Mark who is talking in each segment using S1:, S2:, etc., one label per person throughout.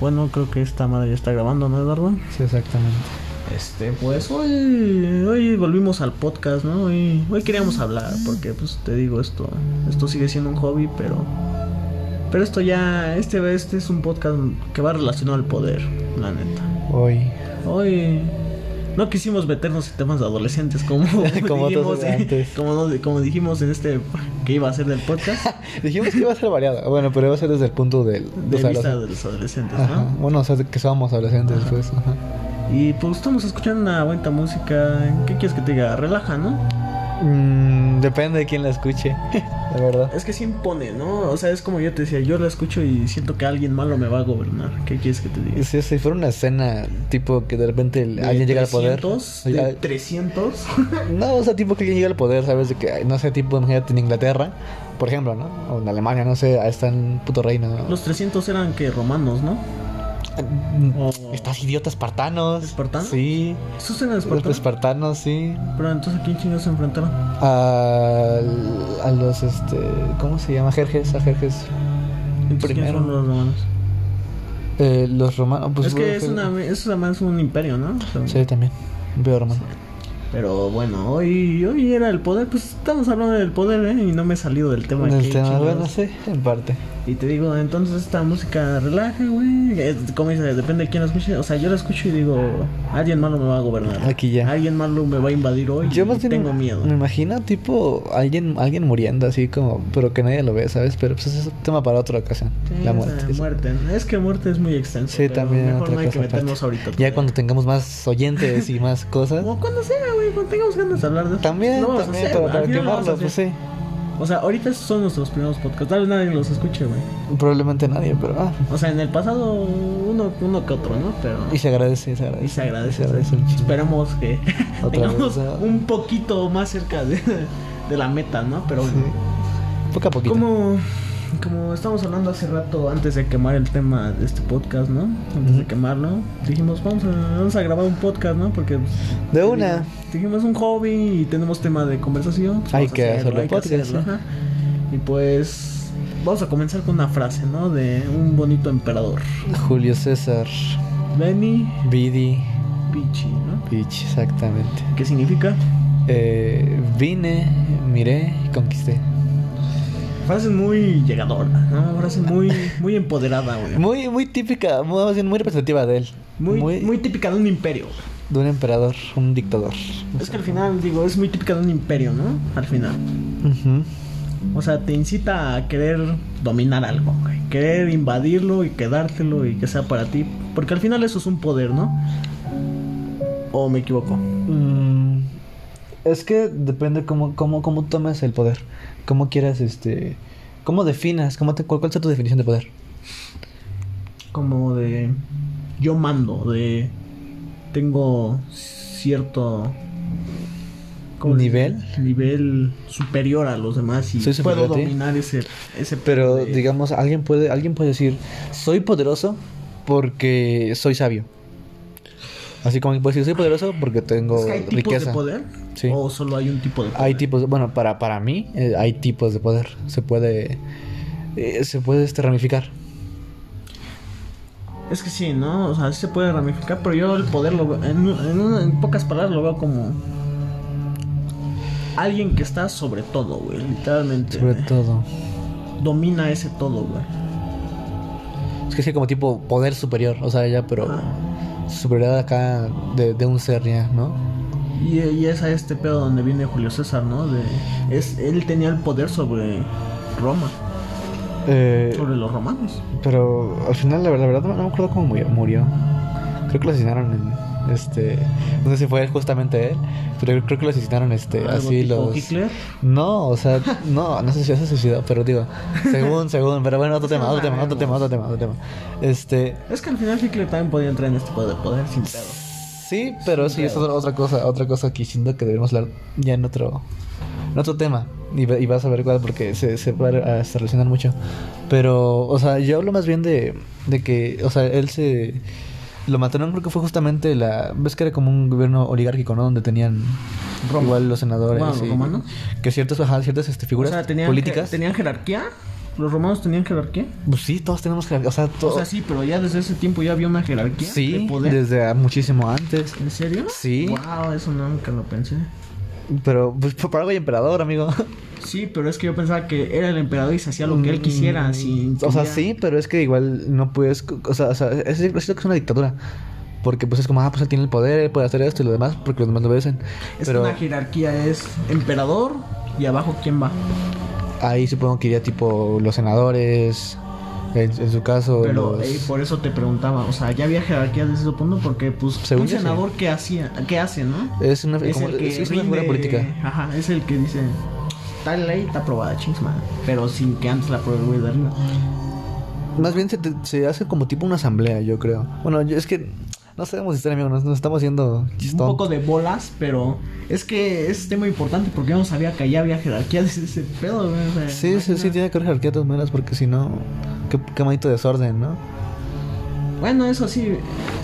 S1: Bueno, creo que esta madre ya está grabando, ¿no, Eduardo?
S2: Sí, exactamente.
S1: Este, pues hoy, hoy volvimos al podcast, ¿no? Hoy, hoy queríamos hablar, porque pues te digo esto, esto sigue siendo un hobby, pero, pero esto ya, este, este es un podcast que va relacionado al poder, la neta.
S2: Hoy.
S1: Hoy no quisimos meternos en temas de adolescentes como,
S2: Como
S1: dijimos,
S2: otros de antes.
S1: como, como dijimos en este que iba a ser del podcast,
S2: Dijimos que iba a ser variada. Bueno, pero iba a ser desde el punto del.
S1: de
S2: los
S1: vista
S2: adolesc-
S1: de los adolescentes,
S2: Ajá.
S1: ¿no?
S2: Bueno, o sea, que somos adolescentes, pues. Ajá.
S1: Y pues estamos escuchando una buena música, ¿qué quieres que te diga? Relaja, ¿no?
S2: Mm, depende de quién la escuche, la verdad.
S1: Es que sí impone, ¿no? O sea, es como yo te decía, yo la escucho y siento que alguien malo me va a gobernar. ¿Qué quieres que te diga?
S2: Si, si fuera una escena tipo que de repente el-
S1: De
S2: alguien llega al poder.
S1: 300,
S2: o
S1: De
S2: sea,
S1: 300.
S2: No, o sea, tipo que alguien llega al poder, ¿sabes? De que, ay, no sé, tipo, imagínate en Inglaterra, por ejemplo, ¿no? O en Alemania, no sé, ahí está en puto reino. ¿no?
S1: Los 300 eran que romanos, ¿no?
S2: Mm,
S1: O-
S2: Estás idiota, espartanos.
S1: ¿Espartanos?
S2: Sí.
S1: Esos eran
S2: Los
S1: espartanos.
S2: espartanos, sí.
S1: Pero entonces, ¿a quién chingados se enfrentaron?
S2: Al- a los, este, ¿cómo se llama? Jerjes, a Jerjes.
S1: Entonces, ¿quiénes
S2: Primero.
S1: son los romanos?
S2: Eh, los romanos, pues...
S1: es que
S2: fue-
S1: es,
S2: fue-
S1: una, es además un imperio, ¿no? O sea,
S2: Sí, también. Veo romano.
S1: Pero bueno, hoy, hoy era el poder. Pues estamos hablando del poder, ¿eh? Y no me he salido del tema.
S2: Del
S1: ¿qué
S2: tema,
S1: chingados?
S2: bueno, sí, en parte.
S1: Y te digo, entonces esta música relaja, güey. Es Como dices, depende de quién la escuche. O sea, yo la escucho y digo, alguien malo me va a gobernar.
S2: Aquí ya.
S1: Alguien malo me va a invadir hoy.
S2: Yo más
S1: y
S2: bien
S1: tengo miedo.
S2: Me imagino, tipo, alguien, alguien muriendo así como, pero que nadie lo ve, ¿sabes? Pero pues ese es un tema para otra ocasión.
S1: Sí,
S2: la
S1: o sea,
S2: muerte. sí.
S1: muerte. Es que muerte es muy extenso.
S2: Sí,
S1: pero
S2: también
S1: Mejor
S2: otra
S1: no hay que
S2: cosa aparte.
S1: meternos ahorita.
S2: Ya cuando tengamos más oyentes y más cosas.
S1: O cuando sea, güey, cuando tengamos ganas de hablar de eso.
S2: También,
S1: Lo vamos a
S2: también,
S1: hacer,
S2: pero
S1: al
S2: para
S1: final lo vamos a
S2: quemarlo, pues
S1: hacer.
S2: sí.
S1: O sea, ahorita esos son nuestros primeros podcasts. Tal vez nadie los escuche, güey.
S2: Probablemente nadie, pero ah.
S1: O sea, en el pasado uno, uno que otro, ¿no? Pero...
S2: Y se agradece, se agradece.
S1: Y se agradece.
S2: Se agradece un chingo.
S1: Esperemos que
S2: Otra
S1: tengamos
S2: vez, ¿no?
S1: un poquito más cerca de, de la meta, ¿no? Pero
S2: Sí.
S1: bueno.
S2: Poco a poquito.
S1: Como, como estamos hablando hace rato, antes de quemar el tema de este podcast, ¿no? Antes de
S2: Ujú.
S1: quemarlo, dijimos, vamos a, vamos a grabar un podcast, ¿no? Porque. pues,
S2: De
S1: te
S2: una.
S1: digo, Dijimos, un hobby y tenemos tema de conversación. pues,
S2: Hay
S1: vamos a
S2: que hacerlo
S1: hay que
S2: podcast, ¿eh?
S1: hacerlo,
S2: ¿sí?
S1: ajá. Y pues. Vamos a comenzar con una frase, ¿no? De un bonito emperador.
S2: Julio César,
S1: Benny
S2: Vidi,
S1: Pichi, ¿no?
S2: Beach, exactamente.
S1: ¿Qué significa?
S2: Eh, vine, miré, conquisté.
S1: Frase muy llegadora, ¿no? Frase muy, muy empoderada, güey.
S2: Muy, muy típica, muy, más bien muy representativa de él.
S1: Muy, muy, típica de un imperio. güey.
S2: de un emperador, un dictador.
S1: Es que al final, digo, es muy típica de un imperio, ¿no? Al final.
S2: Ujú.
S1: O sea, te incita a querer dominar algo, güey. Querer invadirlo y quedártelo y que sea para ti. Porque al final eso es un poder, ¿no? ¿O me equivoco?
S2: Mm, es que depende cómo, cómo, cómo tomes el poder, cómo quieras, este, cómo definas, cómo te, cuál, cuál sea tu definición de poder.
S1: Como de... Yo mando, de... Tengo cierto... ¿cómo se
S2: ¿Nivel?
S1: dice? Nivel superior a los demás y
S2: Soy superior
S1: puedo
S2: a ti.
S1: dominar ese... ese
S2: Pero
S1: de-
S2: digamos, alguien puede, alguien puede decir, soy poderoso porque soy sabio. Así como que puede decir, soy poderoso porque tengo
S1: Es que hay tipos
S2: riqueza.
S1: de poder
S2: Sí.
S1: o solo hay un tipo de poder.
S2: Hay tipos, bueno, para, para mí eh, hay tipos de poder. Se puede, eh, se puede este, ramificar.
S1: Es que sí, ¿no? O sea, sí se puede ramificar, pero yo el poder lo veo, en, en una- en pocas palabras lo veo como alguien que está sobre todo, güey, literalmente.
S2: Sobre todo.
S1: Domina ese todo, güey.
S2: Es que es como tipo poder superior, o sea, ya, pero
S1: Ah.
S2: superioridad acá de, de un ser, ya, ¿no?
S1: Y, y es a este pedo donde viene Julio César, ¿no? De es él tenía el poder sobre Roma,
S2: Eh,
S1: sobre los romanos.
S2: pero al final, la verdad, la verdad, no me acuerdo cómo murió. murió. Creo que lo asesinaron en. Este. No sé si fue justamente él, pero yo creo que lo asesinaron, este.
S1: Algo
S2: así
S1: tipo
S2: los.
S1: Hitler.
S2: No, o sea, no, no sé si se suicidó, pero digo, según, según, pero bueno, otro tema, otro tema, otro tema, otro tema, otro tema. Este.
S1: Es que al final Hitler también podía entrar en este tipo de poder sin pedo.
S2: Sí, pero eso ya es otra, otra cosa, otra cosa que siento que debemos hablar ya en otro, en otro tema. Y, ve- y vas a ver cuál, porque se, se va a se relacionar mucho. Pero, o sea, yo hablo más bien de, de que, o sea, él se... Lo mataron creo que fue justamente la... ¿Ves que era como un gobierno oligárquico, no? Donde tenían
S1: Roma.
S2: igual los senadores
S1: Bueno,
S2: y-
S1: romanos.
S2: Que ciertas, ajá, ciertas este, figuras
S1: o sea, tenían,
S2: políticas...
S1: je- tenían jerarquía ¿Los romanos tenían jerarquía?
S2: Pues sí, todos tenemos jerarquía. O sea,
S1: O
S2: todos.
S1: sea, sí, pero ya desde ese tiempo ya había una jerarquía
S2: sí,
S1: de poder.
S2: desde ah, muchísimo antes.
S1: ¿En serio?
S2: Sí.
S1: Wow, eso nunca lo pensé.
S2: Pero pues, para algo hay emperador, amigo.
S1: Sí, pero es que yo pensaba que era el emperador y se hacía lo que él quisiera.
S2: Mm,
S1: sin
S2: O sea,
S1: que ya-
S2: sí, pero es que igual no puedes. c- O sea, o sea, es, es lo que es una dictadura. Porque pues es como, ah, pues él tiene el poder, él puede hacer esto y lo demás, porque los demás lo obedecen.
S1: Es
S2: pero
S1: una jerarquía, es emperador y abajo quién va.
S2: ahí supongo que iría tipo los senadores, en, en su caso.
S1: Pero
S2: los-
S1: eh, por eso te preguntaba, o sea, ya había jerarquía desde ese punto porque pues
S2: Según
S1: un
S2: yo, sí.
S1: senador qué hacía, qué hace, ¿no?
S2: es una,
S1: Es
S2: como-
S1: el que
S2: sí, es una figura
S1: rinde-
S2: política.
S1: Ajá, es el que dice tal ley está aprobada, chings, madre", Pero sin que antes la apruebe el güey de arriba.
S2: Más bien se, te- se hace como tipo una asamblea, yo creo. Bueno, yo, es que no sabemos historia, amigo, nos, nos estamos haciendo
S1: Un
S2: chistón.
S1: poco de bolas, pero es que es tema importante porque yo no sabía que allá había jerarquía desde ese pedo, güey, o sea,
S2: Sí, sí, sí,
S1: imagina.
S2: tiene que haber jerarquía de todas maneras, porque si no, qué, qué maldito desorden, ¿no?
S1: Bueno, eso sí,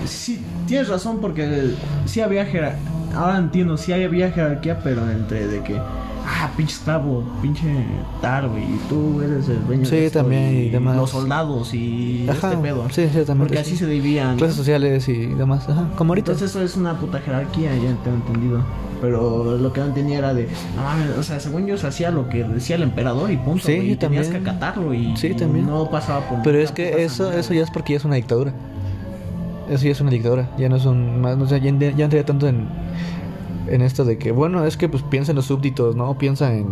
S1: sí, tienes razón porque sí había jerarquía. Ahora entiendo, sí había jerarquía, pero entre de que, ah, pinche esclavo, pinche tal, güey, y tú eres el dueño
S2: Sí,
S1: de esto,
S2: también, y demás.
S1: Los soldados y
S2: Ajá,
S1: este pedo.
S2: sí, exactamente,
S1: Porque
S2: sí.
S1: así se dividían.
S2: Clases sociales y demás, ajá, como ahorita.
S1: Entonces eso es una puta jerarquía, ya tengo entendido. Pero lo que no entendía era de, no mames, o sea, según yo se hacía lo que decía el emperador y punto.
S2: Sí,
S1: güey, y tenías
S2: también.
S1: que acatarlo y,
S2: Sí,
S1: y
S2: también.
S1: no pasaba por
S2: Pero
S1: ninguna
S2: es
S1: puta
S2: que eso,
S1: asamblea,
S2: eso ya es porque ya es una dictadura. Eso ya es una dictadura. Ya no es un. Más, no sé, ya, ya ya entraría tanto en. En esto de que, bueno, es que pues piensa en los súbditos, ¿no? Piensa en.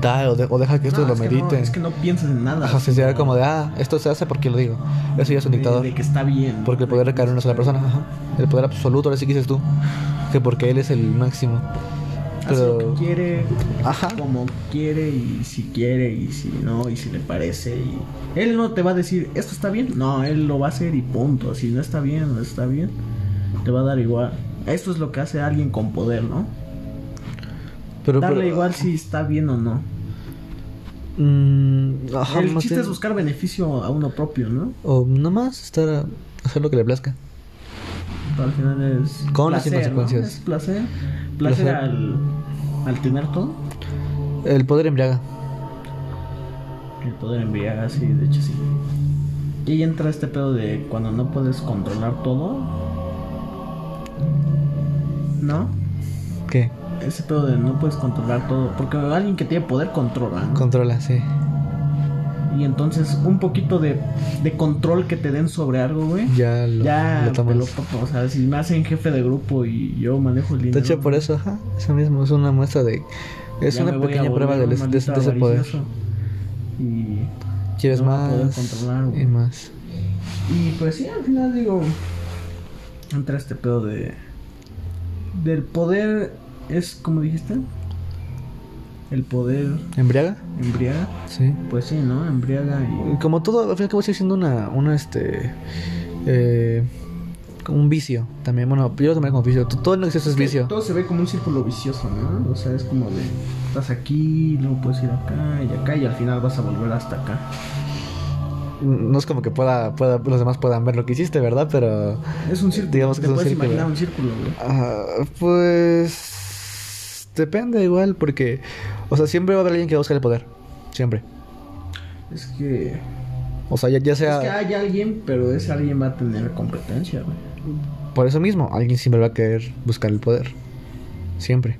S2: Tal, o, de- o deja que esto
S1: No,
S2: lo
S1: es que no-
S2: mediten.
S1: es que no piensas en nada.
S2: Ajá, sí,
S1: sino
S2: sería como de, ah, esto se hace porque lo digo. Eso ya es un
S1: de-
S2: dictador.
S1: De que está bien. ¿no?
S2: Porque el poder
S1: De que
S2: recae en una sola persona. Ajá. El poder absoluto, ahora sí que dices tú. Que porque él es el máximo.
S1: hace lo
S2: Pero.
S1: que quiere,
S2: Ajá.
S1: como quiere y si quiere y si no y si le parece y él no te va a decir esto está bien. No, él lo va a hacer y punto. Si no está bien, no está bien. Te va a dar igual. Eso es lo que hace alguien con poder, ¿no?
S2: Pero,
S1: Darle
S2: pero-
S1: igual si está bien o no.
S2: Mm, ajá,
S1: el
S2: más
S1: chiste
S2: bien-
S1: es buscar beneficio a uno propio, ¿no?
S2: O nomás estar a hacer lo que le plazca.
S1: Al final es
S2: Con o sin
S1: placer, ¿no?
S2: consecuencias.
S1: Es placer, placer,
S2: Placer.
S1: al, al tener todo.
S2: El poder embriaga.
S1: El poder embriaga, sí, de hecho sí. Y ahí entra este pedo de cuando no puedes controlar todo. ¿No?
S2: ¿Qué?
S1: Ese pedo de no puedes controlar todo. Porque alguien que tiene poder controla. ¿no?
S2: Controla, sí.
S1: Y entonces un poquito de, de control que te den sobre algo, güey.
S2: Ya lo,
S1: Ya,
S2: lo tomas.
S1: te lo topo. O sea, si me hacen jefe de grupo y yo manejo el
S2: Está
S1: dinero.
S2: hecho por eso, ajá. Eso mismo, es una muestra de. Es
S1: ya me
S2: una
S1: voy a
S2: pequeña
S1: volver
S2: prueba del-
S1: un
S2: de, de,
S1: maldito
S2: ese poder.
S1: avaricioso. Y
S2: Quieres
S1: No va a poder
S2: más.
S1: controlar, güey.
S2: Y más.
S1: Y pues sí, al final digo, entra este pedo de... Del poder es, como dijiste, el poder
S2: ¿Embriaga?
S1: embriaga.
S2: Sí.
S1: Pues sí, ¿no? Embriaga y...
S2: Como todo, al fin y al cabo, sigue siendo una. Una este. Eh, como un vicio también. Bueno, yo lo tomé como vicio. Todo en exceso es vicio.
S1: Todo se ve como un círculo vicioso, ¿no? O sea, es como de... Estás aquí, luego puedes ir acá y acá y al final vas a volver hasta acá.
S2: No es como que pueda, pueda los demás puedan ver lo que hiciste, ¿verdad? Pero.
S1: Es un círculo.
S2: Digamos
S1: te
S2: que es un
S1: puedes
S2: círculo.
S1: imaginar un círculo, güey.
S2: Ah, pues depende igual porque, o sea, siempre va a haber alguien que va a buscar el poder, siempre.
S1: Es que...
S2: O sea, ya, ya
S1: Es que
S2: sea
S1: hay alguien, pero ese alguien va a tener competencia, güey.
S2: por eso mismo, alguien siempre va a querer buscar el poder, siempre.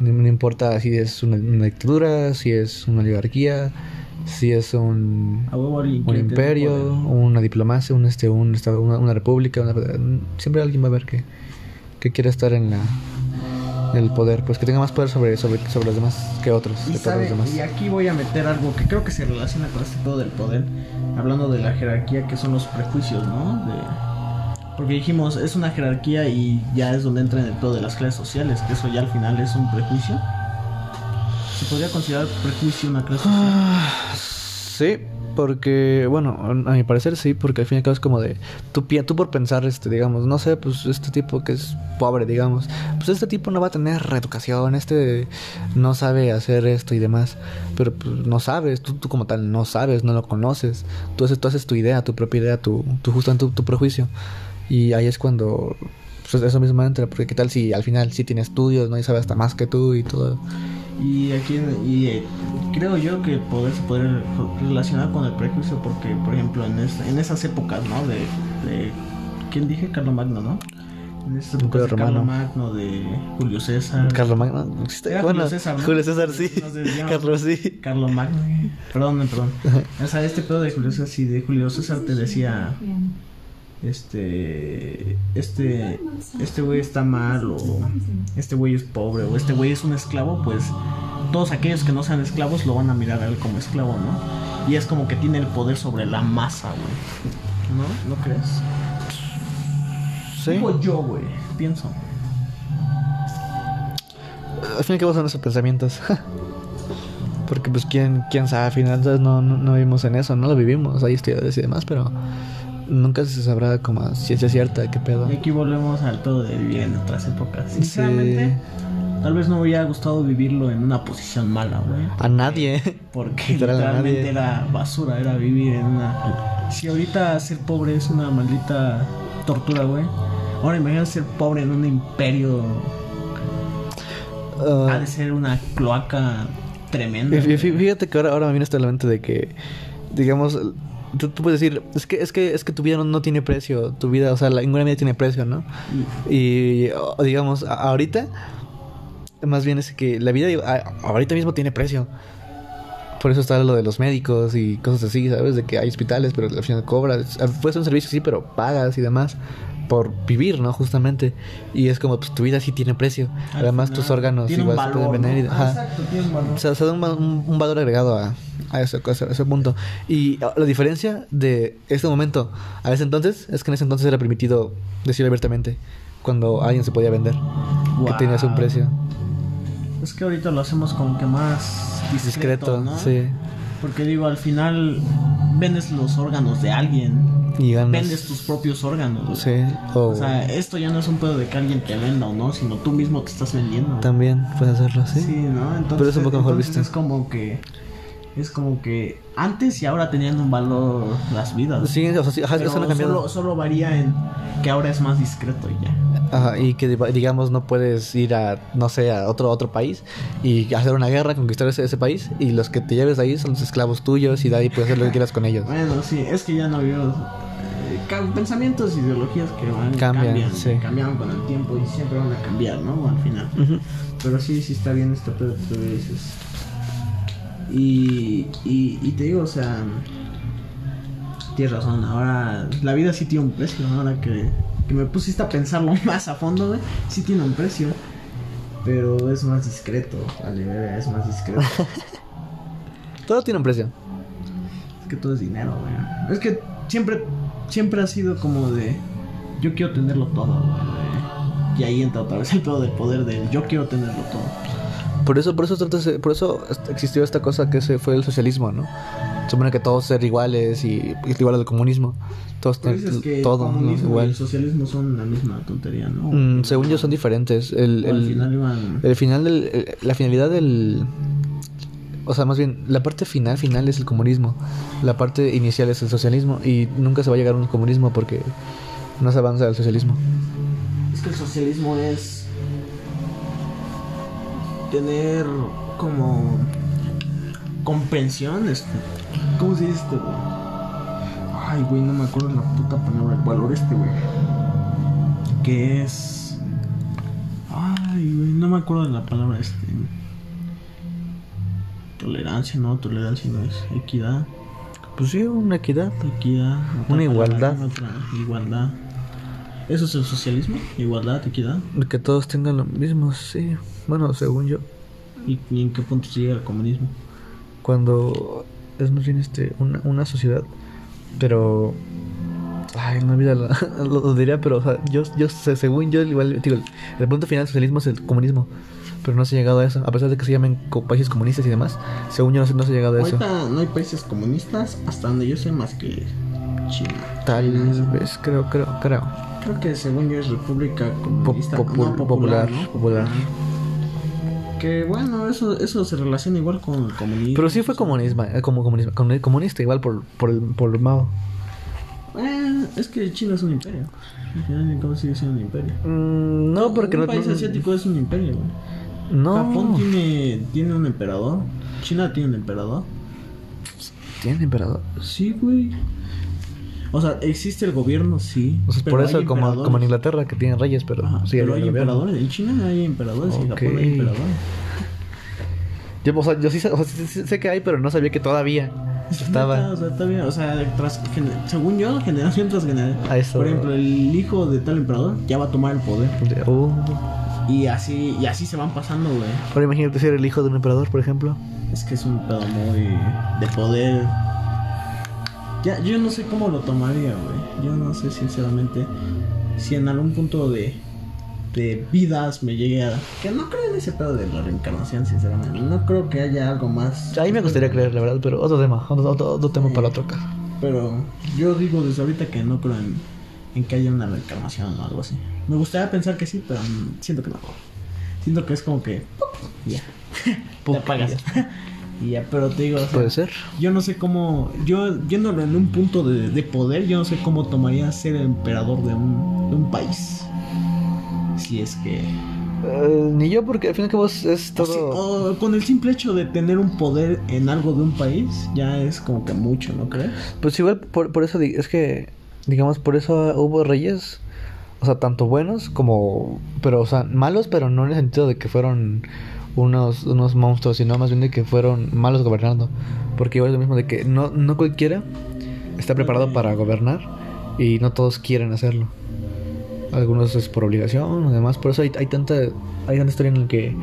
S2: No, no importa si es una, una dictadura, si es una oligarquía, si es un,
S1: A huevo alguien
S2: un
S1: quiere tener
S2: imperio,
S1: poder.
S2: una diplomacia, un este, un estado, una, una república, una- siempre alguien va a ver que, que quiere estar en la en el poder, pues que tenga más poder sobre sobre, sobre los demás que otros,
S1: Y,
S2: que todos los
S1: sabe-
S2: demás.
S1: y aquí voy a meter algo que creo que se relaciona con este pedo del poder, hablando de la jerarquía que son los prejuicios, ¿no? De- porque dijimos, es una jerarquía y ya es donde entra en el pedo de las clases sociales, que eso ya al final es un prejuicio. ¿Se podría considerar prejuicio una
S2: Ah,
S1: clase social?
S2: Sí, porque, bueno, a mi parecer sí, porque al fin y al cabo es como de, tú, pi- tú por pensar, este, digamos, no sé, pues este tipo que es pobre, digamos, pues este tipo no va a tener reeducación, este no sabe hacer esto y demás, pero pues, no sabes, tú, tú como tal no sabes, no lo conoces, tú haces, tú haces tu idea, tu propia idea, tu, tu justo tu, tu prejuicio, y ahí es cuando pues, eso mismo entra, porque qué tal si al final sí tiene estudios, ¿no? Y sabe hasta más que tú y todo,
S1: Y aquí, y eh, creo yo que poder se puede relacionar con el prejuicio, porque, por ejemplo, en, es- en esas épocas, ¿no? De, de. ¿Quién dije? Carlomagno, ¿no? En esas épocas de
S2: Imperio Romano.
S1: Carlomagno, de Julio César.
S2: Carlomagno. existe-
S1: Era
S2: bueno,
S1: Julio Ah. César, ¿no?
S2: Julio César, sí.
S1: Nos desviamos.
S2: Carlos sí.
S1: Carlomagno. Perdón, perdón. O sea, este pedo de Julio César, si de Julio César te decía, este, este, este güey está mal o este güey es pobre o este güey es un esclavo, pues todos aquellos que no sean esclavos lo van a mirar a él como esclavo, ¿no? Y es como que tiene el poder sobre la masa, güey. ¿No? ¿No crees?
S2: Sí.
S1: Pues, Digo yo, güey, pienso.
S2: Al fin y al cabo son esos pensamientos. Porque pues quién, quién sabe, al final entonces no, no, no vivimos en eso, no lo vivimos, hay estudiadores y demás, pero nunca se sabrá como a ciencia cierta qué pedo.
S1: Y aquí volvemos al pedo de vivir en otras épocas. Sinceramente, tal vez no me hubiera gustado vivirlo en una posición mala, güey.
S2: A nadie.
S1: Porque
S2: Literal, a
S1: literalmente
S2: nadie.
S1: era basura, era vivir en una... Si ahorita ser pobre es una maldita tortura, güey. Ahora imagina ser pobre en un imperio.
S2: Ah,
S1: Ha de ser una cloaca tremenda.
S2: Fí-
S1: güey.
S2: fí- Fíjate que ahora, ahora me viene esto a la mente de que, digamos, tú, tú puedes decir, es que, es que, es que tu vida no, no tiene precio, tu vida, o sea, la, ninguna vida tiene precio, ¿no?
S1: Mm.
S2: Y, o- digamos, a- ahorita, más bien es que la vida a- ahorita mismo tiene precio. Por eso está lo de los médicos y cosas así, ¿sabes? De que hay hospitales, pero al final cobras. Ah, Puede ser un servicio, sí, pero pagas y demás por vivir, ¿no? Justamente. Y es como, pues tu vida sí tiene precio.
S1: Al
S2: Además,
S1: final,
S2: tus órganos
S1: tiene un
S2: igual se
S1: valor,
S2: pueden vender. y-
S1: ¿no?
S2: ajá.
S1: Exacto, tiene un valor.
S2: O sea, se da un, va- un- un valor agregado a, a ese, a ese- a ese punto. Y ah, la diferencia de este momento a ese entonces es que en ese entonces era permitido decir abiertamente cuando alguien se podía vender, que
S1: Guau.
S2: tenías un precio
S1: Es que ahorita lo hacemos como que más discreto,
S2: discreto,
S1: ¿no?
S2: sí.
S1: Porque digo, al final vendes los órganos de alguien.
S2: Y ganas.
S1: Vendes tus propios órganos. güey.
S2: Sí, o
S1: O sea, esto ya no es un pedo de que alguien te venda o no, sino tú mismo te estás vendiendo.
S2: también puedes hacerlo así.
S1: Sí, ¿no? Entonces,
S2: Pero es un poco mejor
S1: entonces
S2: visto.
S1: Es como que. Es como que antes y ahora tenían un valor las vidas.
S2: Sí, o sea, sí, ajá,
S1: Pero
S2: eso no ha cambiado.
S1: solo, solo varía en que ahora es más discreto y ya.
S2: Ajá, y que diga- digamos no puedes ir a, no sé, a otro, otro país y hacer una guerra, conquistar ese, ese país y los que te lleves ahí son los esclavos tuyos y de ahí puedes hacer lo que quieras con ellos.
S1: Bueno, sí, es que ya no vio pensamientos, ideologías que van
S2: Cambian,
S1: cambian,
S2: sí.
S1: cambiaron con el tiempo y siempre van a cambiar, ¿no? Al final.
S2: Ujú.
S1: Pero sí, sí está bien este pedo que tú dices. Y, y, y te digo, o sea, tienes razón, ahora la vida sí tiene un precio, ¿no? ahora que, que me pusiste a pensarlo más a fondo, güey, sí tiene un precio, pero es más discreto, vale, verga, es más discreto.
S2: Todo tiene un precio.
S1: es que todo es dinero, güey. Es que siempre, siempre ha sido como de, yo quiero tenerlo todo, güey. Y ahí entra otra vez el pedo del poder del yo quiero tenerlo todo.
S2: Por eso, por eso, trata de- por eso existió esta cosa que se fue el socialismo, ¿no? Supone que todos ser iguales y es igual al comunismo. Todos
S1: Tú
S2: tener
S1: dices que
S2: todo
S1: el
S2: ¿no?
S1: comunismo y
S2: igual.
S1: el socialismo son la misma tontería, ¿no?
S2: Mm, según yo son diferentes. El,
S1: al
S2: el-
S1: final iban...
S2: el final del- el- la finalidad del o sea, más bien la parte final final es el comunismo, la parte inicial es el socialismo y nunca se va a llegar a un comunismo porque no se avanza al socialismo.
S1: Es que el socialismo es tener como comprensión, este. ¿Cómo se dice este, güey? Ay, güey, no me acuerdo la puta palabra, el valor este, güey. Que es... Ay, güey, no me acuerdo de la palabra este. Tolerancia, no, tolerancia no es. Equidad,
S2: Pues sí, una equidad.
S1: equidad. otra palabra,
S2: igualdad.
S1: otra igualdad. ¿Eso es el socialismo? Igualdad, equidad.
S2: Que todos tengan lo mismo, sí. Bueno, según yo.
S1: ¿Y, y en qué punto se llega el comunismo?
S2: cuando es más bien este una, una sociedad pero ay no olvida lo, lo diría pero o sea, yo yo sé, según yo igual digo el punto final del socialismo es el comunismo pero no se ha llegado a eso a pesar de que se llamen co- países comunistas y demás según yo no se, no se ha llegado a eso
S1: Ahorita no hay países comunistas, hasta donde yo sé más que China.
S2: tal vez creo creo creo
S1: Creo que según yo es República
S2: Po-
S1: Comunista
S2: popul-
S1: no, popular,
S2: popular
S1: ¿no?
S2: popular
S1: Que bueno, eso, eso se relaciona igual con el comunismo.
S2: pero sí fue comunismo eh, como comunismo comuni- comunista igual por por el- por Mao
S1: Eh, es que China es un imperio. Al final, ¿Cómo sigue siendo un imperio?
S2: Mm, no porque
S1: un
S2: no
S1: país
S2: no-
S1: asiático es un imperio, güey.
S2: No.
S1: Japón tiene, tiene un emperador. China tiene un emperador.
S2: ¿Tiene emperador?
S1: Sí, güey. O sea, existe el gobierno, sí.
S2: O sea,
S1: pero
S2: por
S1: hay
S2: eso, como,
S1: emperadores.
S2: como en Inglaterra, que tienen reyes, pero
S1: Ajá,
S2: sigue
S1: pero hay
S2: habiendo gobierno.
S1: emperadores. En China hay emperadores. En Japón
S2: Ok.
S1: hay emperadores.
S2: Yo, o sea, yo sí, sé- o sea, sí- sí sé que hay, pero no sabía que todavía
S1: Neta,
S2: estaba.
S1: O sea, está bien. O sea, tras, gener- según yo, generación tras generación.
S2: A eso.
S1: Por ejemplo, el hijo de tal emperador ya va a tomar el poder.
S2: Uh,
S1: Y así, y así se van pasando, güey.
S2: ahora imagínate ser el hijo de un emperador, por ejemplo.
S1: Es que es un pedo muy de poder. Ya, yo no sé cómo lo tomaría, güey. Yo no sé, sinceramente, si en algún punto de, de vidas me llegue a... Que no creo en ese pedo de la reencarnación, sinceramente. No creo que haya algo más.
S2: Ahí me gustaría creer, la verdad, pero otro tema, otro, otro- otro tema
S1: Sí.
S2: para otro caso.
S1: Pero yo digo desde ahorita que no creo en, en que haya una reencarnación o algo así. Me gustaría pensar que sí, pero mm, siento que no. Siento que es como que... ¡pup! y Ya. Te apagas. y ya, pero te digo... o sea,
S2: Puede ser.
S1: Yo no sé cómo, yo yéndolo en un punto de, de poder, yo no sé cómo tomaría ser el emperador de un, de un país. Si es que...
S2: Eh, ni yo, porque al fin y al cabo es, es
S1: O
S2: todo.
S1: si- o con el simple hecho de tener un poder en algo de un país, ya es como que mucho, ¿no crees?
S2: Pues igual, por, por eso, di- es que, digamos, por eso hubo reyes, o sea, tanto buenos como, pero, o sea, malos, pero no en el sentido de que fueron unos, unos monstruos, sino más bien de que fueron malos gobernando. Porque igual es lo mismo de que no, no cualquiera está preparado para gobernar y no todos quieren hacerlo. Algunos es por obligación, además, por eso hay, hay tanta, hay tanta historia en la que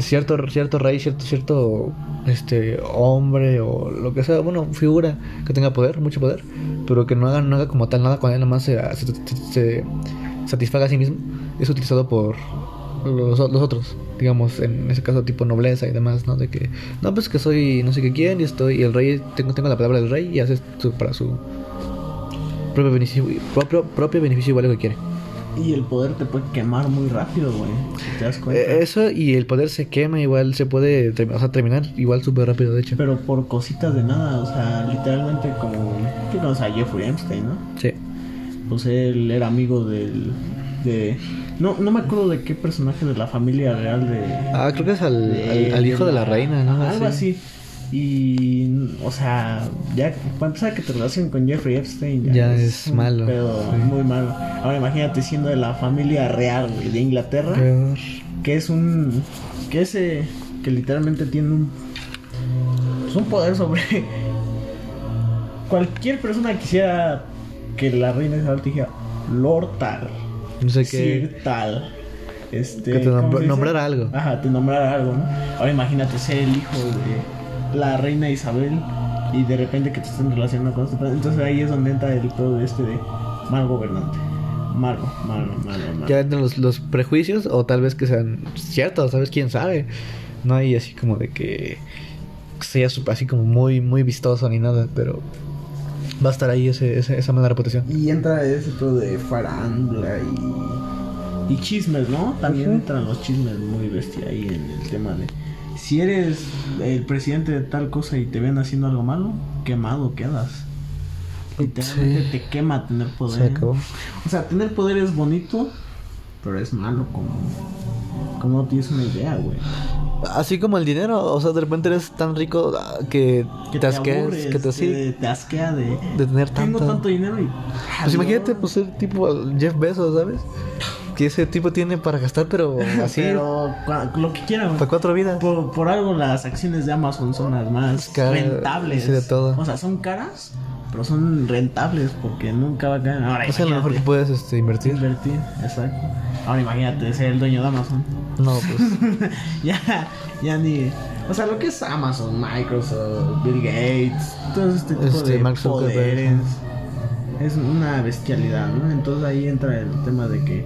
S2: cierto, cierto rey, cierto, cierto este hombre o lo que sea, bueno, figura que tenga poder, mucho poder, pero que no haga, no haga como tal nada con él, nada más se, se- se satisfaga a sí mismo, es utilizado por los, los otros, digamos, en ese caso tipo nobleza y demás, ¿no? De que, no, pues que soy no sé qué quién y estoy, y el rey, tengo, tengo la palabra del rey y hace su- para su propio beneficio, propio, propio beneficio igual lo que quiere.
S1: Y el poder te puede quemar muy rápido, güey. si te das cuenta.
S2: Eh, Eso y el poder se quema igual, se puede termi- o sea, terminar igual súper rápido, de hecho.
S1: Pero por cositas de nada, o sea, literalmente como... ¿Qué conoces a Jeffrey Epstein, no?
S2: Sí.
S1: Pues él era amigo del... De... No, no me acuerdo de qué personaje de la familia real de...
S2: Ah, creo que es al, al, al hijo de la reina, ¿no?
S1: Algo así. Y, o sea, ya para empezar que te relacionen con Jeffrey Epstein
S2: Ya es
S1: un
S2: malo,
S1: pedo
S2: sí.
S1: muy malo. Ahora imagínate siendo de la familia real güey, de Inglaterra,
S2: Peor.
S1: que es un que ese que literalmente tiene un pues, un poder sobre cualquier persona que quisiera que la reina Isabel te dijera Lord tal,
S2: No sé qué.
S1: Sir tal. Este,
S2: Que te
S1: ¿cómo
S2: nombr-
S1: se dice?
S2: nombrara algo.
S1: Ajá, te nombrara algo, ¿no? Ahora imagínate ser el hijo de la reina Isabel y de repente que te estén relacionando con esto. Entonces ahí es donde entra el todo de este de mal gobernante. Malo, malo, malo, malo.
S2: Ya entran los, los prejuicios o tal vez que sean ciertos, ¿sabes? ¿Quién sabe? No hay así como de que sea sup- así como muy, muy vistoso ni nada, pero va a estar ahí ese, ese- esa mala reputación.
S1: Y entra ese todo de farándula y, y chismes, ¿no? También
S2: Ujú.
S1: entran los chismes muy bestia ahí en el tema de... Si eres el presidente de tal cosa y te ven haciendo algo malo, quemado quedas. Literalmente
S2: Sí.
S1: te quema tener poder. ¿eh?
S2: Se acabó.
S1: O sea, tener poder es bonito, pero es malo como... Como no tienes una idea, güey.
S2: Así como el dinero, o sea, de repente eres tan rico ah, que,
S1: Que
S2: te asqueas,
S1: aburres, este,
S2: que te así.
S1: te, te asquea de...
S2: de tener
S1: Tengo
S2: tanto.
S1: tanto dinero y...
S2: Pues imagínate,
S1: Adiós.
S2: pues ser tipo Jeff Bezos, ¿sabes? Que ese tipo tiene para gastar, pero pues, así, Pues
S1: Pero Pues cua- lo que quiera, güey.
S2: para cuatro vidas.
S1: Por, por algo las acciones de Amazon son las más
S2: Cara-
S1: rentables.
S2: sí, de todo.
S1: O sea, son caras, pero son rentables porque nunca va a caer. Ahora
S2: O sea, lo mejor que
S1: imagínate,
S2: puedes este, invertir.
S1: invertir, exacto. Ahora imagínate ser el dueño de Amazon.
S2: No, pues.
S1: ya, ya ni. O sea, lo que es Amazon, Microsoft, Bill Gates, todo este tipo
S2: Este,
S1: de
S2: Mark Zuckerberg.
S1: poderes. Es una bestialidad, ¿no? Entonces ahí entra el tema de que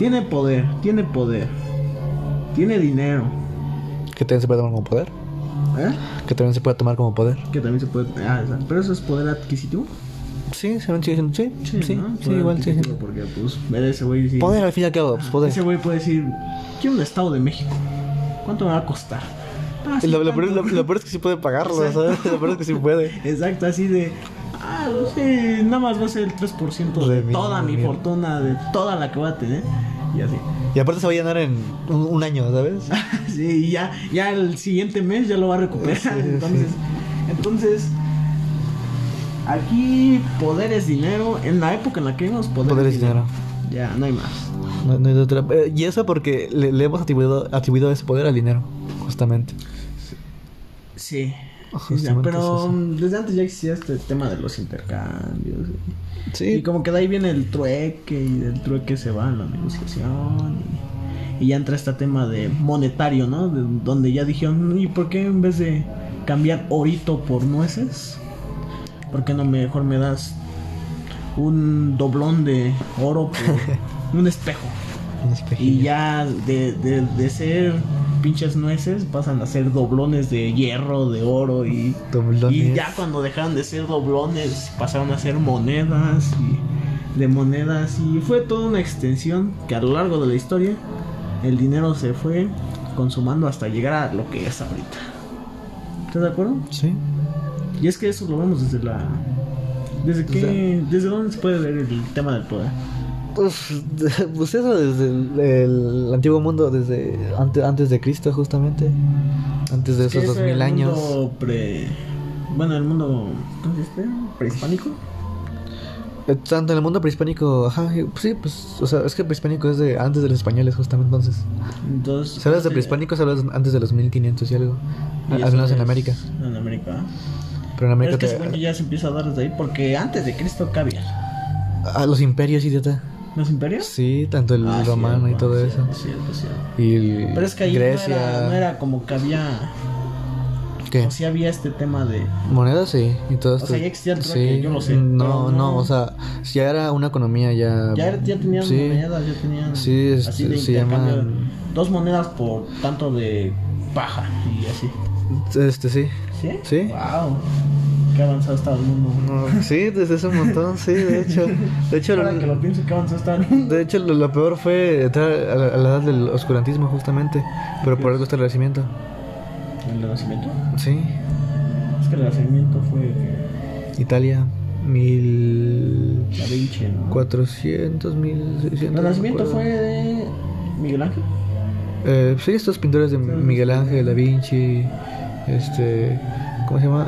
S1: tiene poder, tiene poder, tiene dinero,
S2: Que también se puede tomar como poder.
S1: ¿eh?
S2: Que también se puede tomar como poder.
S1: Que también se puede. Ah, exacto. Pero eso es poder adquisitivo.
S2: Sí, se van diciendo, sí, sí, sí,
S1: ¿no?
S2: sí,
S1: Poder
S2: igual, sí.
S1: adquisitivo, Porque, pues, ver a ese güey. sí.
S2: Poder al fin y al cabo, pues
S1: Ese
S2: poder.
S1: güey puede decir: Quiero un Estado de México. ¿Cuánto me va a costar? Ah, sí,
S2: Lo, lo, peor,
S1: tanto.
S2: lo- lo peor es que sí puede pagarlo,
S1: Exacto.
S2: ¿sabes? Lo peor es que sí puede.
S1: Exacto, así de. Ah, no sé, nada más va a ser el 3% de,
S2: De mi-
S1: toda mi
S2: mi-
S1: fortuna, de toda la que voy a tener. y así.
S2: Y aparte se va a llenar en un, un año, ¿sabes?
S1: Sí, y ya, ya el siguiente mes ya lo va a recuperar.
S2: Sí, sí.
S1: entonces, entonces, aquí poder es dinero. En la época en la que vivimos, poder,
S2: Poder es dinero.
S1: Ya, no hay más.
S2: No- no hay de otra. Eh, Y eso porque le, le hemos atribuido, atribuido ese poder al dinero, justamente.
S1: Sí.
S2: Justamente
S1: Ya,
S2: es
S1: pero
S2: eso.
S1: mm, desde antes ya existía este tema de los intercambios. Y
S2: Sí,
S1: como que de ahí viene el trueque y del trueque se va a la negociación. Y, y ya entra este tema de monetario, ¿no? De- donde ya dijeron, ¿y por qué en vez de cambiar orito por nueces? ¿Por qué no mejor me das un doblón de oro por un espejo?
S2: un espejillo.
S1: Y ya de, de, de ser pinches nueces pasan a ser doblones de hierro, de oro y...
S2: Doblones.
S1: Y ya cuando dejaron de ser doblones pasaron a ser monedas y de monedas y fue toda una extensión que a lo largo de la historia el dinero se fue consumando hasta llegar a lo que es ahorita. ¿Estás de acuerdo?
S2: Sí.
S1: Y es que eso lo vemos desde la... ¿Desde
S2: Desde-
S1: que ¿Desde dónde se puede ver el tema del poder?
S2: Uf, pues eso desde el, el antiguo mundo, desde antes, antes de Cristo, justamente. Antes de
S1: Sí,
S2: esos
S1: es
S2: dos mil
S1: el
S2: años.
S1: mundo pre- Bueno, el mundo. ¿Cómo se dice? Prehispánico.
S2: Eh, Tanto en el mundo prehispánico, ajá, eh, pues sí, pues, o sea, es que prehispánico es de antes de los españoles, justamente entonces.
S1: Entonces.
S2: Si hablas de
S1: eh,
S2: prehispánico, se hablas antes de los 1500 y algo.
S1: y
S2: Al
S1: eso
S2: al menos en
S1: es-
S2: América.
S1: En América. ¿ah? Pero
S2: Pero en América
S1: es que
S2: te-
S1: supongo que ya se empieza a dar desde ahí porque antes de Cristo cabía.
S2: a, los imperios, idiota.
S1: ¿Los imperios?
S2: Sí, tanto el
S1: Ah,
S2: romano y
S1: cierto,
S2: todo
S1: cierto,
S2: eso.
S1: cierto, cierto.
S2: Y el
S1: Pero es que ahí no
S2: Grecia.
S1: era, no era como que había.
S2: ¿Qué?
S1: O sea, había este tema de.
S2: Monedas sí, y todo
S1: O
S2: esto.
S1: sea, ya existía el
S2: sí,
S1: trueque, yo lo sé,
S2: No,
S1: pero
S2: no,
S1: no-
S2: o sea, si ya era una economía ya.
S1: Ya, era- ya tenían
S2: sí,
S1: monedas, ya tenían.
S2: Sí, es-
S1: así de
S2: se
S1: intercambio.
S2: llaman-
S1: Dos monedas por tanto de paja y así.
S2: Este sí.
S1: ¿Sí?
S2: Sí.
S1: Wow. Qué avanzado está el mundo.
S2: No, sí, desde ese montón, sí, de hecho. De hecho,
S1: Ahora que lo pienso, qué avanzado está el mundo.
S2: De hecho, lo, lo peor fue entrar a la, a la edad del oscurantismo, justamente. Pero por algo está el Renacimiento.
S1: ¿El Renacimiento?
S2: Sí.
S1: Es que el Renacimiento fue
S2: Italia,
S1: eh,
S2: 1400,
S1: Da Vinci, ¿no?
S2: 1600.
S1: El Renacimiento
S2: no
S1: fue
S2: recuerdo.
S1: de Miguel Ángel.
S2: Eh, sí, estos pintores de
S1: Claro.
S2: Miguel Ángel, Da Vinci. Este. ¿Cómo se llama?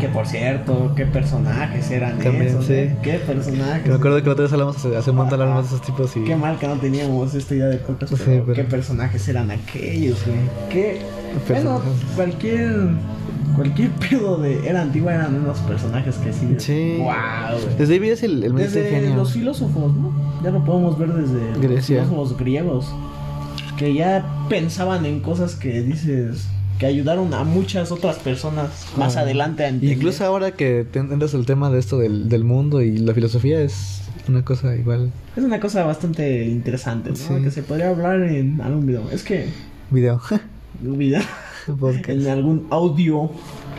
S1: Que por cierto, qué personajes eran
S2: También,
S1: esos.
S2: sí.
S1: ¿eh? Qué
S2: Que me
S1: personajes.
S2: acuerdo que la otra vez hablamos hace, hace un montón hablamos de esos tipos y.
S1: Qué mal que no teníamos esta idea de podcast.
S2: Sí,
S1: pero
S2: pero-
S1: Qué personajes eran aquellos, güey. Qué. Bueno,
S2: personajes.
S1: cualquier. Cualquier pedo de era antigua eran unos personajes que sí.
S2: Sí.
S1: Wow, güey.
S2: Desde ahí veías el, el maestro
S1: Desde
S2: genio.
S1: los filósofos, ¿no? Ya lo podemos ver desde
S2: Grecia.
S1: los filósofos griegos, que ya pensaban en cosas que dices que ayudaron a muchas otras personas más
S2: Ah.
S1: adelante ¿eh? a
S2: Y
S1: entender.
S2: Incluso ahora que te entras el tema de esto del, del mundo y la filosofía es una cosa igual.
S1: es una cosa bastante interesante, ¿no?
S2: Sí.
S1: Que se podría hablar en algún video. Es que
S2: Video.
S1: video, en
S2: Podcast.
S1: algún audio, en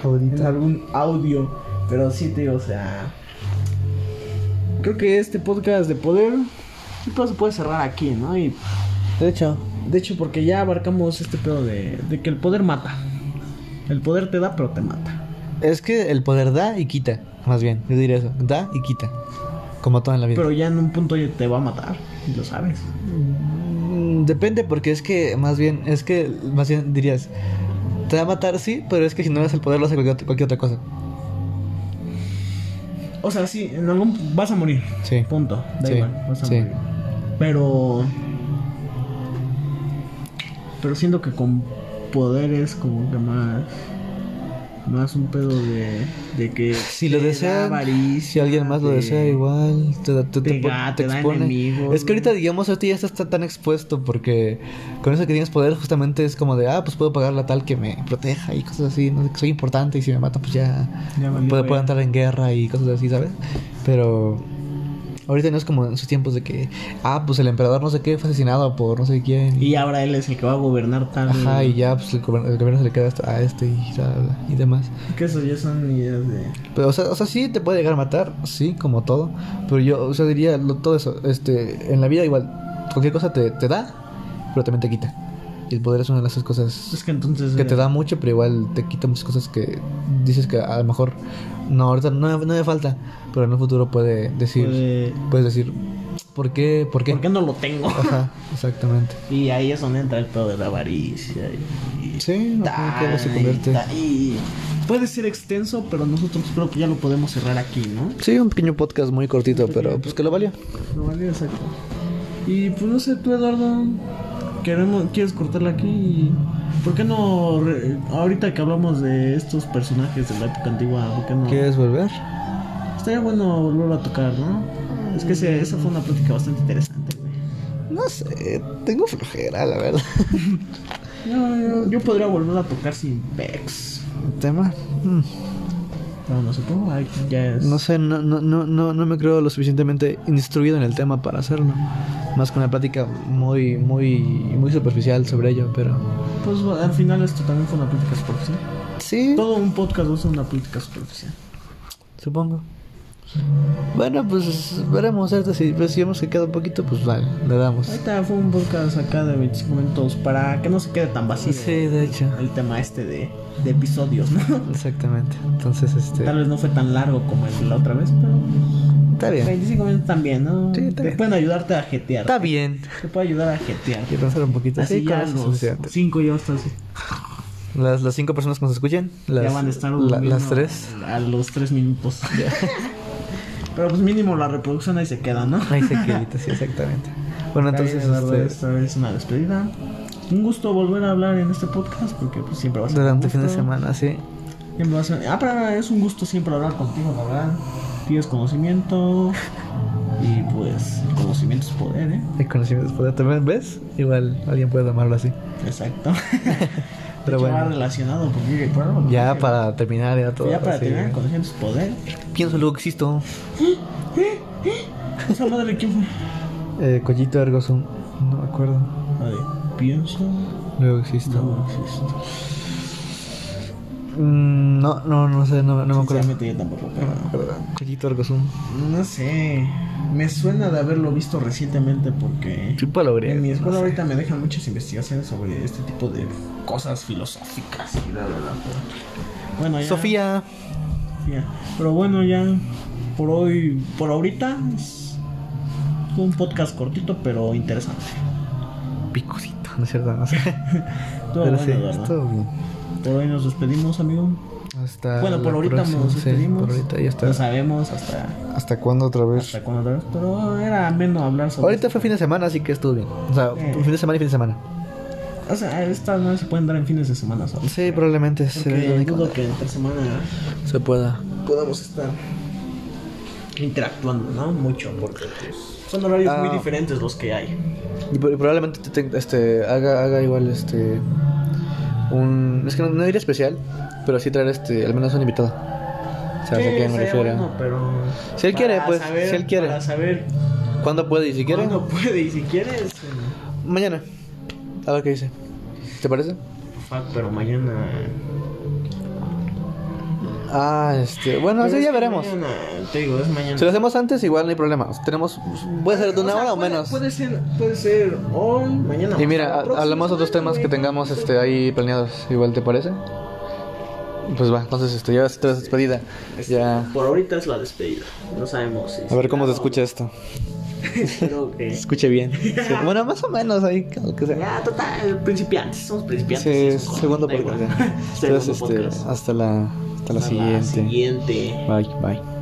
S2: Ahorita.
S1: algún audio, pero sí te digo, o sea, creo que este podcast de poder sí, pues, se puede cerrar aquí, ¿no? Y
S2: De hecho,
S1: De hecho, porque ya abarcamos este pedo de, de que el poder mata. El poder te da, pero te mata.
S2: es que el poder da y quita, más bien. Yo diría eso. Da y quita. Como todo en la vida.
S1: Pero ya en un punto ya te va a matar. Y lo sabes.
S2: Mm, Depende, porque es que, más bien, es que, más bien dirías, te va a matar, sí, pero es que si no eres el poder, lo hace cualquier, cualquier otra cosa.
S1: O sea, sí, en algún vas a morir.
S2: Sí.
S1: Punto. Da
S2: Sí,
S1: igual, vas a
S2: sí.
S1: morir. Pero. Pero siento que con poder es como que más. Más un pedo de, de que.
S2: Si lo
S1: te da
S2: desean,
S1: avaricia,
S2: si alguien más lo
S1: te-
S2: desea, igual te, da- te, te
S1: te
S2: pon-
S1: da-
S2: te
S1: te da
S2: expone.
S1: enemigos,
S2: es que ahorita,
S1: ¿no?
S2: digamos, ahorita ya estás tan- tan expuesto porque con eso que tienes poder, justamente es como de, ah, pues puedo pagarla tal que me proteja y cosas así, no sé, que soy importante y si me matan, pues ya,
S1: Ya valió,
S2: puedo, puedo
S1: ya.
S2: entrar en guerra y cosas así, ¿sabes? Pero ahorita no es como en sus tiempos de que, ah, pues el emperador no sé qué fue asesinado por no sé quién.
S1: Y ahora él es el que va a gobernar tal.
S2: Ajá, y ya, pues el gobierno, el gobierno se le queda hasta- a este y, bla, bla, bla, y demás.
S1: Que eso ya son ideas de.
S2: Pero, o sea, o sea, sí te puede llegar a matar, sí, como todo. Pero yo, o sea, diría lo- todo eso. Este, en la vida igual, cualquier cosa te, te da, pero también te quita. Y el poder es una de esas
S1: Es
S2: cosas
S1: que entonces.
S2: que te
S1: eh,
S2: da mucho, pero igual te quita muchas cosas que dices que a lo mejor, no, ahorita no, no me falta, pero en un futuro puede decir,
S1: puede-
S2: puedes decir, ¿Por qué? ¿Por qué?
S1: pues, ¿Por qué no lo tengo?
S2: Ajá, exactamente.
S1: Y ahí es donde entra el pedo de la avaricia. Y...
S2: Sí, no
S1: Ta-
S2: tiene que se convierte.
S1: ta- y- Puede ser extenso, pero nosotros creo que ya lo podemos cerrar aquí, ¿no?
S2: Sí, un pequeño podcast muy cortito, pero pues que lo valió.
S1: No vale, exacto. Y pues no sé, tú Eduardo, queremos, quieres cortarla aquí. y- ¿Por qué no, re- ahorita que hablamos de estos personajes de la época antigua, ¿por qué no?
S2: ¿Quieres volver?
S1: Estaría bueno volverlo a tocar, ¿no? Es que ese- esa fue una plática bastante interesante, güey.
S2: No sé, tengo flojera, la verdad.
S1: Yo, yo- yo podría volver a tocar sin Vex.
S2: ¿Tema? Mm,
S1: No, no supongo, ay, ya es.
S2: No sé, no, no, no, no, no me creo lo suficientemente instruido en el tema para hacerlo. Más que una plática muy, muy, muy superficial sobre ello, pero...
S1: Pues bueno, al final esto también fue una plática superficial.
S2: Sí,
S1: Todo un podcast va a ser una plática superficial.
S2: supongo. Bueno, pues veremos, ¿cierto? Si, pues, si vemos que queda un poquito, pues vale, le damos.
S1: Ahorita fue un podcast acá de 25 minutos para que no se quede tan vacío
S2: Sí, de hecho.
S1: el tema este de, de episodios, ¿no?
S2: Exactamente. Entonces, este...
S1: Tal vez no fue tan largo como el de la otra vez, pero
S2: Está bien.
S1: 25 minutos también, ¿no?
S2: Sí, está
S1: Te
S2: bien.
S1: pueden ayudarte a jetear.
S2: Está bien.
S1: Te puede ayudar a jetear.
S2: Y pensar un poquito.
S1: Así
S2: Sí, con
S1: ya
S2: eso es
S1: los
S2: suficiente.
S1: 5 ya están así.
S2: Las, las cinco personas que nos escuchen. Las,
S1: ya van a estar
S2: la-
S1: durmiendo
S2: Las tres.
S1: A los tres minutos. Pero pues mínimo la reproducción ahí se queda, ¿no?
S2: Ahí se quedita, sí, exactamente. Bueno,
S1: Está bien,
S2: entonces,
S1: Eduardo,
S2: este,
S1: esta es una despedida. Un gusto volver a hablar en este podcast porque pues siempre va a ser un
S2: durante el fin de
S1: gusto.
S2: semana, sí.
S1: Siempre va a ser- Ah, pero es un gusto siempre hablar contigo, la verdad. Tienes conocimiento y pues conocimiento es poder, ¿eh?
S2: El conocimiento es poder también, ¿ves? Igual alguien puede llamarlo así.
S1: Exacto.
S2: Pero
S1: De hecho, va
S2: bueno,
S1: relacionado porque por algo lo
S2: ya
S1: dije.
S2: para terminar, ya todo.
S1: Ya para
S2: así,
S1: tener
S2: ¿eh?
S1: conocimiento es poder.
S2: Pienso luego que existo.
S1: Esa madre quién fue.
S2: Eh, Collito Ergo Sum. No me acuerdo.
S1: A ver, pienso.
S2: Luego existo.
S1: No existe.
S2: Mm, No, no, no sé, no, no me acuerdo.
S1: Sinceramente, yo tampoco,
S2: No
S1: pero.
S2: me acuerdo. Collito Ergo Sum.
S1: No sé. Me suena de haberlo visto recientemente porque.
S2: Chupa lo
S1: En mi escuela ahorita me dejan muchas investigaciones sobre este tipo de cosas filosóficas y bla, bla, bla, pero- Bueno, ya.
S2: Sofía.
S1: Sofía. Pero bueno, ya por hoy, por ahorita es un podcast cortito pero interesante.
S2: Picosito. No es cierto, no sé.
S1: Todo
S2: Pero
S1: bueno,
S2: sí,
S1: Eduardo.
S2: estuvo bien.
S1: Por hoy nos despedimos, amigo.
S2: Hasta
S1: bueno, por
S2: Ah, la
S1: ahorita
S2: próxima,
S1: nos
S2: sí,
S1: despedimos.
S2: por ahorita ya está.
S1: No sabemos hasta,
S2: ¿Hasta cuándo otra vez?
S1: hasta cuándo otra vez, pero era ameno hablar sobre.
S2: Ahorita fue fin de semana, así que estuvo bien. O sea,
S1: Eh.
S2: fin de semana y fin de semana.
S1: O sea, estas no se pueden dar en fines de semana, ¿sabes?
S2: Sí, probablemente se
S1: Porque
S2: ve
S1: dudo que entre semana
S2: se pueda.
S1: podamos estar interactuando, ¿no? Mucho, porque pues, son horarios
S2: Ah.
S1: muy diferentes los que hay.
S2: Y, pro- y probablemente te- te- este, haga, haga igual este un es que no, no diría especial, pero sí traer este al menos un invitado. O sea, ¿a qué me
S1: estaría
S2: refiero?
S1: bueno, pero
S2: Si él quiere,
S1: para
S2: pues,
S1: saber-
S2: si él quiere.
S1: Para saber
S2: ¿Cuándo puede y si quiere?
S1: cuándo puede y si quieres. eh,
S2: Mañana. A ver qué dice. ¿Te parece?
S1: Fuck, pero mañana.
S2: Ah, este, bueno,
S1: Pero
S2: sí
S1: es
S2: ya
S1: que
S2: veremos.
S1: mañana, te digo, es mañana.
S2: Si lo hacemos antes igual no hay problema. Tenemos puede ser de una
S1: O sea,
S2: hora o
S1: puede-
S2: menos.
S1: Puede ser, puede ser hoy, mañana.
S2: Y
S1: o
S2: mira,
S1: la
S2: ha-
S1: próxima
S2: hablamos de otros
S1: semana,
S2: temas que
S1: güey.
S2: tengamos este, ahí planeados. Igual, ¿te parece? Pues va, entonces este, ya estoy despedida.
S1: Este,
S2: Ya.
S1: Por ahorita es la despedida. No sabemos. si-
S2: A ver cómo se
S1: claro,
S2: escucha esto.
S1: Espero que.
S2: Se escuche bien. Sí, Bueno, más o menos ahí, como que sea.
S1: Ya, total, principiantes, somos principiantes.
S2: Sí,
S1: somos jóvenes,
S2: segundo
S1: da igual.
S2: podcast. ya.
S1: Segundo
S2: Entonces, este,
S1: podcast.
S2: hasta la, hasta la
S1: Hasta la
S2: siguiente.
S1: siguiente.
S2: Bye, bye.